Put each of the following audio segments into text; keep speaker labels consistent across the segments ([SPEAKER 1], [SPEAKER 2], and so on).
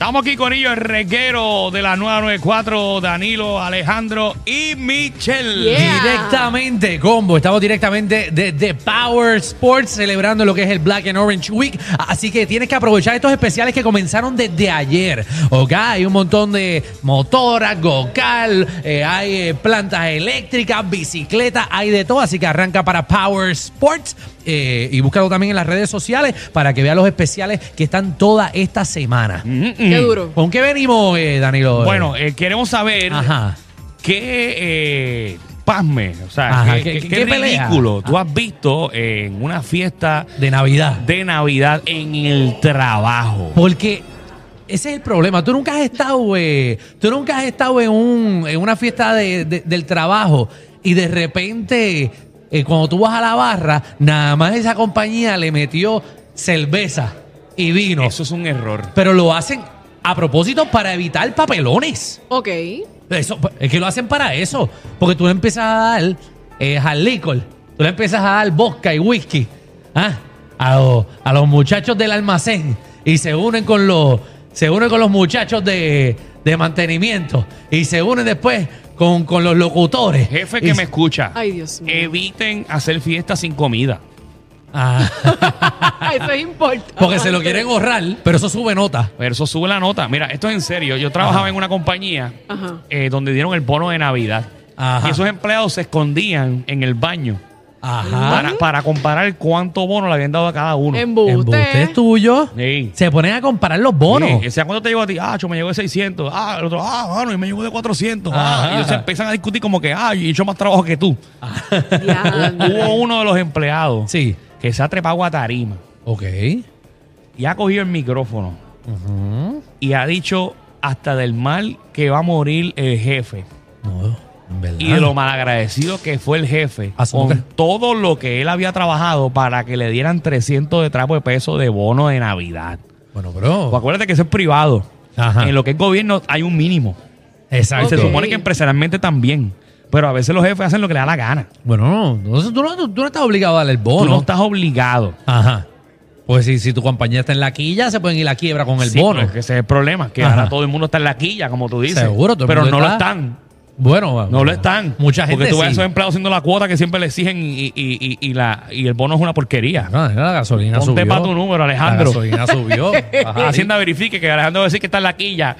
[SPEAKER 1] Estamos aquí con ellos, el reguero de la 994, Danilo, Alejandro y Michelle.
[SPEAKER 2] Directamente, combo. Estamos directamente desde Power Sports celebrando lo que es el Black and Orange Week. Así que tienes que aprovechar estos especiales que comenzaron desde ayer. Ok, hay un montón de motoras, gocal, hay eh, plantas eléctricas, bicicletas, hay de todo. Así que arranca para Power Sports eh, y búscalo también en las redes sociales para que veas los especiales que están toda esta semana.
[SPEAKER 3] Qué duro.
[SPEAKER 2] ¿Con qué venimos, eh, Danilo?
[SPEAKER 1] Bueno, eh, queremos saber
[SPEAKER 2] Ajá.
[SPEAKER 1] qué eh, pasme, o sea,
[SPEAKER 2] Ajá,
[SPEAKER 1] qué,
[SPEAKER 2] ¿qué-
[SPEAKER 1] qué-
[SPEAKER 2] qué
[SPEAKER 1] qué
[SPEAKER 2] pelea?
[SPEAKER 1] ridículo tú
[SPEAKER 2] Ah.
[SPEAKER 1] has visto en una fiesta
[SPEAKER 2] de Navidad.
[SPEAKER 1] de Navidad en el trabajo.
[SPEAKER 2] Porque ese es el problema. Tú nunca has estado, eh, tú nunca has estado en, un, en una fiesta de- de- del trabajo y de repente, eh, cuando tú vas a la barra, nada más esa compañía le metió cerveza y vino.
[SPEAKER 1] Eso es un error.
[SPEAKER 2] Pero lo hacen a propósito para evitar papelones.
[SPEAKER 3] Ok.
[SPEAKER 2] Eso, pues, es que lo hacen para eso. Porque tú le empiezas a dar eh, al licor, tú le empiezas a dar vodka y whisky ¿ah? a, los- a los muchachos del almacén y se unen con los, se unen con los muchachos de, de mantenimiento y se unen después con, con los locutores.
[SPEAKER 1] Jefe
[SPEAKER 2] Y-
[SPEAKER 1] que me escucha,
[SPEAKER 3] Ay, Dios
[SPEAKER 2] Eh.
[SPEAKER 3] mío.
[SPEAKER 1] eviten hacer fiestas sin comida.
[SPEAKER 2] Ah,
[SPEAKER 3] Eso es importante.
[SPEAKER 2] porque se lo quieren ahorrar, pero eso sube nota.
[SPEAKER 1] Pero Pues eso sube la nota. Mira, esto es en serio. Yo trabajaba en una compañía
[SPEAKER 3] Ajá.
[SPEAKER 1] eh, donde dieron el bono de Navidad.
[SPEAKER 2] Ajá.
[SPEAKER 1] Y esos empleados se escondían en el baño
[SPEAKER 2] Ajá.
[SPEAKER 1] para, para comparar cuánto bono le habían dado a cada uno.
[SPEAKER 3] Embuste.
[SPEAKER 2] Embuste es tuyo.
[SPEAKER 1] Sí.
[SPEAKER 2] Se ponen a comparar los bonos.
[SPEAKER 1] Sí, o sea, ¿cuánto te llegó a ti? Ah, yo me llegó de 600. Ah, el otro, ah, mano, y me llegó de 400. Ah,
[SPEAKER 2] Ajá.
[SPEAKER 1] y entonces empiezan a discutir como que, ah, yo he hecho más trabajo que tú.
[SPEAKER 3] Diandre.
[SPEAKER 1] Hubo uno de los empleados
[SPEAKER 2] Sí.
[SPEAKER 1] que se ha trepado a tarima
[SPEAKER 2] Ok.
[SPEAKER 1] y ha cogido el micrófono y ha dicho hasta del mal que va a morir el jefe
[SPEAKER 2] No, en verdad.
[SPEAKER 1] y de lo malagradecido que fue el jefe
[SPEAKER 2] Asunto.
[SPEAKER 1] con todo lo que él había trabajado para que le dieran 300 de trapo de peso de bono de Navidad.
[SPEAKER 2] Bueno, bro.
[SPEAKER 1] Pues acuérdate que eso es privado.
[SPEAKER 2] Oh. Ajá.
[SPEAKER 1] En lo que es gobierno hay un mínimo. Y
[SPEAKER 2] Exacto.
[SPEAKER 1] se
[SPEAKER 3] Ok.
[SPEAKER 1] supone que empresarialmente también. Pero a veces los jefes hacen lo que le da la gana.
[SPEAKER 2] Bueno, no, no, tú, no, tú no estás obligado a darle el
[SPEAKER 1] Tú
[SPEAKER 2] bono.
[SPEAKER 1] no estás obligado.
[SPEAKER 2] Ajá. Pues si, si tu compañía está en la quilla, se pueden ir a la quiebra con el
[SPEAKER 1] Sí,
[SPEAKER 2] bono.
[SPEAKER 1] pero es que ese es el problema. Que
[SPEAKER 2] Ajá.
[SPEAKER 1] ahora todo el mundo está en la quilla, como tú dices.
[SPEAKER 2] Seguro, todo el
[SPEAKER 1] Pero
[SPEAKER 2] mundo
[SPEAKER 1] no lo
[SPEAKER 2] está-
[SPEAKER 1] están.
[SPEAKER 2] Bueno,
[SPEAKER 1] No
[SPEAKER 2] bueno,
[SPEAKER 1] lo están.
[SPEAKER 2] Mucha gente.
[SPEAKER 1] Porque tú ves a
[SPEAKER 2] sí.
[SPEAKER 1] esos empleados haciendo la cuota que siempre le exigen y, y- y- y la, y el bono es una porquería.
[SPEAKER 2] Ah, la gasolina
[SPEAKER 1] Ponte
[SPEAKER 2] subió.
[SPEAKER 1] pa' tu número, Alejandro.
[SPEAKER 2] La gasolina subió. Ajá,
[SPEAKER 1] Hacienda verifique que Alejandro va a decir que está en la quilla.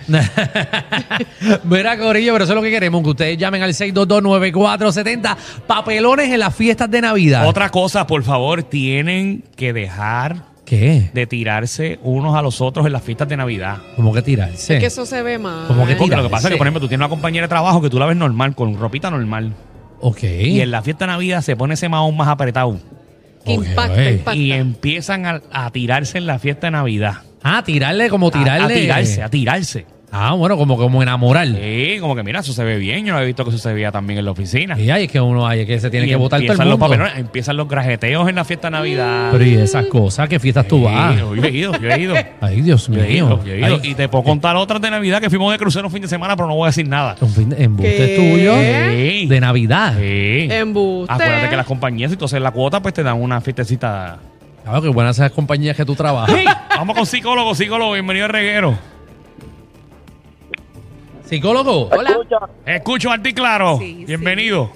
[SPEAKER 2] Verá, Corillo, pero eso es lo que queremos, que ustedes llamen al 6229470. Papelones en las fiestas de Navidad.
[SPEAKER 1] Otra cosa, por favor, tienen que dejar
[SPEAKER 2] ¿Qué?
[SPEAKER 1] de tirarse unos a los otros en las fiestas de Navidad.
[SPEAKER 2] ¿Cómo que tirarse?
[SPEAKER 3] Que eso se ve mal.
[SPEAKER 2] Como que
[SPEAKER 1] Porque lo que
[SPEAKER 2] Tirarse.
[SPEAKER 1] pasa es que, por ejemplo, tú tienes una compañera de trabajo que tú la ves normal, con ropita normal.
[SPEAKER 2] Ok.
[SPEAKER 1] Y en la fiesta de Navidad se pone ese mahón más apretado.
[SPEAKER 3] Que
[SPEAKER 2] Ok,
[SPEAKER 3] impacta,
[SPEAKER 2] güey.
[SPEAKER 3] impacta.
[SPEAKER 1] Y empiezan a, a tirarse en la fiesta de Navidad.
[SPEAKER 2] Ah, tirarle como
[SPEAKER 1] A-
[SPEAKER 2] tirarle.
[SPEAKER 1] A, tirarse, a tirarse.
[SPEAKER 2] Ah, bueno, como, como enamorar.
[SPEAKER 1] Sí, como que mira, eso se ve bien. Yo no he visto que eso se veía también en la oficina.
[SPEAKER 2] Y ahí es que uno hay es que se tiene
[SPEAKER 1] Y
[SPEAKER 2] que votar todo el
[SPEAKER 1] empiezan
[SPEAKER 2] mundo.
[SPEAKER 1] los papelones, empiezan los grajeteos en la fiesta de Navidad.
[SPEAKER 2] Pero y esas cosas, ¿qué fiestas tú
[SPEAKER 1] Sí,
[SPEAKER 2] vas?
[SPEAKER 1] yo he ido, yo he ido.
[SPEAKER 2] Ay, Dios
[SPEAKER 1] Yo he ido,
[SPEAKER 2] mío.
[SPEAKER 1] yo he ido.
[SPEAKER 2] Ay,
[SPEAKER 1] Y te puedo contar otras de Navidad que fuimos de crucero un fin de semana, pero no voy a decir nada.
[SPEAKER 2] un fin de embuste
[SPEAKER 3] ¿Qué?
[SPEAKER 1] Sí.
[SPEAKER 2] tuyo de Navidad.
[SPEAKER 1] Sí.
[SPEAKER 3] Embuste.
[SPEAKER 1] Acuérdate que las compañías, si tú haces la cuota, pues te dan una fiestecita.
[SPEAKER 2] Claro, que buenas esas compañías que tú trabajas.
[SPEAKER 1] Vamos con psicólogo, psicólogo, bienvenido al reguero.
[SPEAKER 2] Psicólogo.
[SPEAKER 3] Hola.
[SPEAKER 1] Escucho a ti claro.
[SPEAKER 3] Sí,
[SPEAKER 1] bienvenido.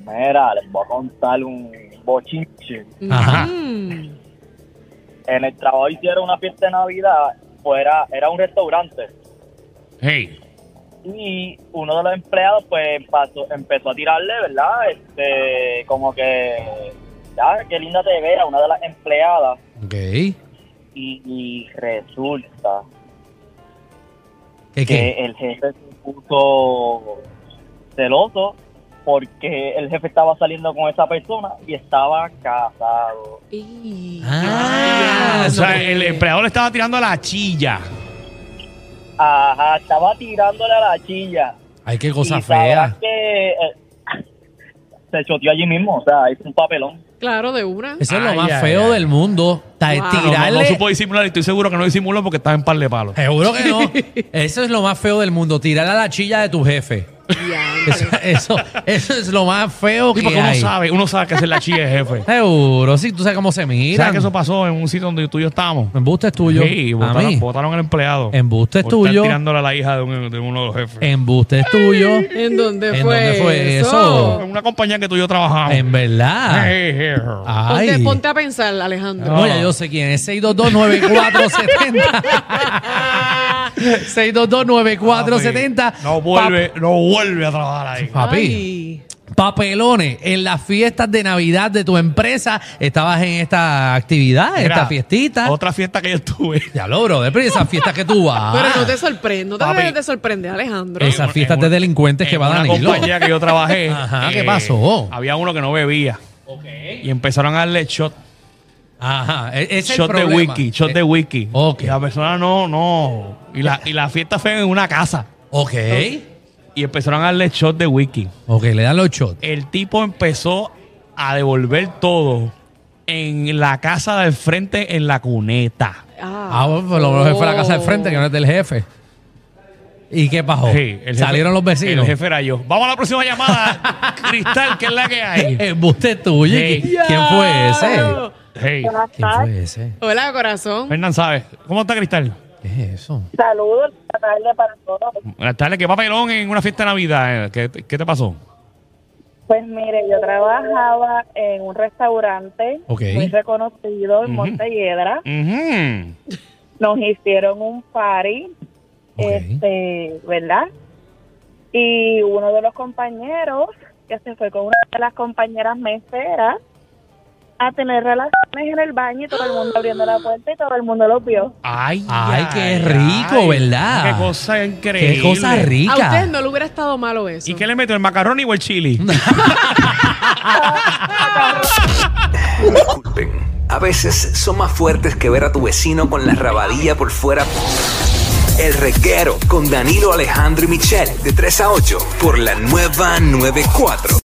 [SPEAKER 4] Mira, les voy a contar un bochinche.
[SPEAKER 2] Ajá.
[SPEAKER 3] Mm.
[SPEAKER 4] En el trabajo hicieron una fiesta de Navidad, fuera, era un restaurante.
[SPEAKER 1] Hey.
[SPEAKER 4] Y uno de los empleados pues pasó- empezó a tirarle, ¿verdad? Este, como que, ya, qué linda te ve a una de las empleadas.
[SPEAKER 2] Ok. ¿Qué,
[SPEAKER 4] Y, y resulta
[SPEAKER 2] qué?
[SPEAKER 4] que el jefe se puso celoso porque el jefe estaba saliendo con esa persona y estaba casado.
[SPEAKER 3] Y-
[SPEAKER 2] Ah, eh.
[SPEAKER 3] Ay,
[SPEAKER 1] O sea,
[SPEAKER 3] hombre.
[SPEAKER 1] el empleador le estaba tirando a la chilla.
[SPEAKER 4] Ajá, estaba tirándole a la chilla.
[SPEAKER 2] Ay, qué cosa
[SPEAKER 4] Y sabrás
[SPEAKER 2] fea.
[SPEAKER 4] que eh, se choteó allí mismo, o sea, hizo un papelón.
[SPEAKER 3] Claro, de una.
[SPEAKER 2] Eso es lo
[SPEAKER 1] Ay,
[SPEAKER 2] más
[SPEAKER 1] ay,
[SPEAKER 2] feo
[SPEAKER 1] ay.
[SPEAKER 2] del mundo. Ta-
[SPEAKER 3] Wow.
[SPEAKER 1] No, no, no
[SPEAKER 2] Tirarle.
[SPEAKER 1] supo disimular, estoy seguro que no disimuló porque estaba en par de palos.
[SPEAKER 2] Seguro que no. Eso es lo más feo del mundo. Tirar a la chilla de tu jefe.
[SPEAKER 3] Diantre.
[SPEAKER 2] Eso, eso, eso es lo más feo
[SPEAKER 1] Sí,
[SPEAKER 2] que
[SPEAKER 1] porque uno
[SPEAKER 2] hay.
[SPEAKER 1] sabe, uno sabe que es la chilla es jefe.
[SPEAKER 2] Seguro, sí, tú sabes cómo se mira.
[SPEAKER 1] ¿Sabes que eso pasó en un sitio donde tú y yo estábamos?
[SPEAKER 2] Embuste es tuyo.
[SPEAKER 1] Sí,
[SPEAKER 2] a mí.
[SPEAKER 1] votaron, votaron al empleado.
[SPEAKER 2] Embuste es
[SPEAKER 1] Por estar
[SPEAKER 2] tuyo.
[SPEAKER 1] tirándole a la hija de, un- de uno de los jefes.
[SPEAKER 2] Embuste es tuyo.
[SPEAKER 3] ¿En dónde
[SPEAKER 2] ¿En
[SPEAKER 3] fue,
[SPEAKER 2] dónde fue
[SPEAKER 3] eso?
[SPEAKER 2] eso?
[SPEAKER 1] En una compañía que tú y yo trabajamos.
[SPEAKER 2] En verdad.
[SPEAKER 1] Hey, hey, hey.
[SPEAKER 2] Ay.
[SPEAKER 3] Ponte, ponte a pensar, Alejandro.
[SPEAKER 2] No, ya yo sé quién es. 622-9470. 622-9470.
[SPEAKER 1] No
[SPEAKER 2] Pa-
[SPEAKER 1] vuelve, no vuelve a trabajar ahí.
[SPEAKER 2] Papi.
[SPEAKER 3] Ay.
[SPEAKER 2] Papelones. En las fiestas de Navidad de tu empresa estabas en esta actividad, en
[SPEAKER 1] Mira,
[SPEAKER 2] esta fiestita.
[SPEAKER 1] Otra fiesta que yo estuve.
[SPEAKER 2] Ya lo, bro. De esas fiestas que tú vas.
[SPEAKER 3] Pero no te sorprende, no te
[SPEAKER 1] Papi.
[SPEAKER 3] debes de sorprender, Alejandro.
[SPEAKER 2] Esa- Esas fiestas de delincuentes que va
[SPEAKER 1] a
[SPEAKER 2] Danilo.
[SPEAKER 1] Una compañía que yo trabajé. eh,
[SPEAKER 2] Ajá, ¿qué pasó?
[SPEAKER 1] Había uno que no bebía. Y empezaron a darle shot.
[SPEAKER 2] Ajá. e- ese es el
[SPEAKER 1] shot de
[SPEAKER 2] problema.
[SPEAKER 1] whisky, shot
[SPEAKER 2] Eh,
[SPEAKER 1] de whisky.
[SPEAKER 2] ok.
[SPEAKER 1] Y la persona no, no. Y la, y la fiesta fue en una casa.
[SPEAKER 2] Ok.
[SPEAKER 1] Y empezaron a darle shot de whisky.
[SPEAKER 2] Ok, le dan los shots.
[SPEAKER 1] El tipo empezó a devolver todo en la casa del frente, en la cuneta.
[SPEAKER 2] Ah, bueno, pues lo mejor fue la casa del frente, que no es del jefe. ¿Y qué pasó?
[SPEAKER 1] Sí, el jefe-
[SPEAKER 2] Oh, Salieron los vecinos.
[SPEAKER 1] El jefe era yo. Vamos a la próxima llamada. Cristal, que es la que hay.
[SPEAKER 2] Embuste tuyo. ¿Y
[SPEAKER 1] Sí.
[SPEAKER 2] qui- ¿Quién fue ese?
[SPEAKER 1] Hey.
[SPEAKER 2] ¿Quién fue ese?
[SPEAKER 3] Oh. Hola, corazón.
[SPEAKER 1] Fernán, ¿sabes? ¿Cómo está Cristal?
[SPEAKER 2] ¿Qué es eso?
[SPEAKER 4] Saludos, tarde para todos.
[SPEAKER 1] Buenas tardes, qué papelón en una fiesta de Navidad. eh. ¿Qué, qué te pasó?
[SPEAKER 5] Pues mire, yo trabajaba en un restaurante
[SPEAKER 2] Ok.
[SPEAKER 5] muy reconocido en Montelledra.
[SPEAKER 1] Ujú.
[SPEAKER 5] Nos hicieron un party,
[SPEAKER 2] Ok.
[SPEAKER 5] este, ¿verdad? Y uno de los compañeros que se fue con una de las compañeras meseras a tener relaciones en el baño y todo el mundo abriendo la puerta y todo el mundo los vio.
[SPEAKER 1] Ay,
[SPEAKER 2] Ay, qué rico, ¿verdad?
[SPEAKER 1] Qué cosa increíble.
[SPEAKER 2] Qué cosa
[SPEAKER 3] A usted
[SPEAKER 2] rica.
[SPEAKER 3] no le hubiera estado malo eso.
[SPEAKER 1] ¿Y qué le meto, el macarrón o el chili?
[SPEAKER 6] disculpen. A veces son más fuertes que ver a tu vecino con la rabadilla por fuera. El reguero con Danilo Alejandro y Michel de 3 a 8 por la nueva 94.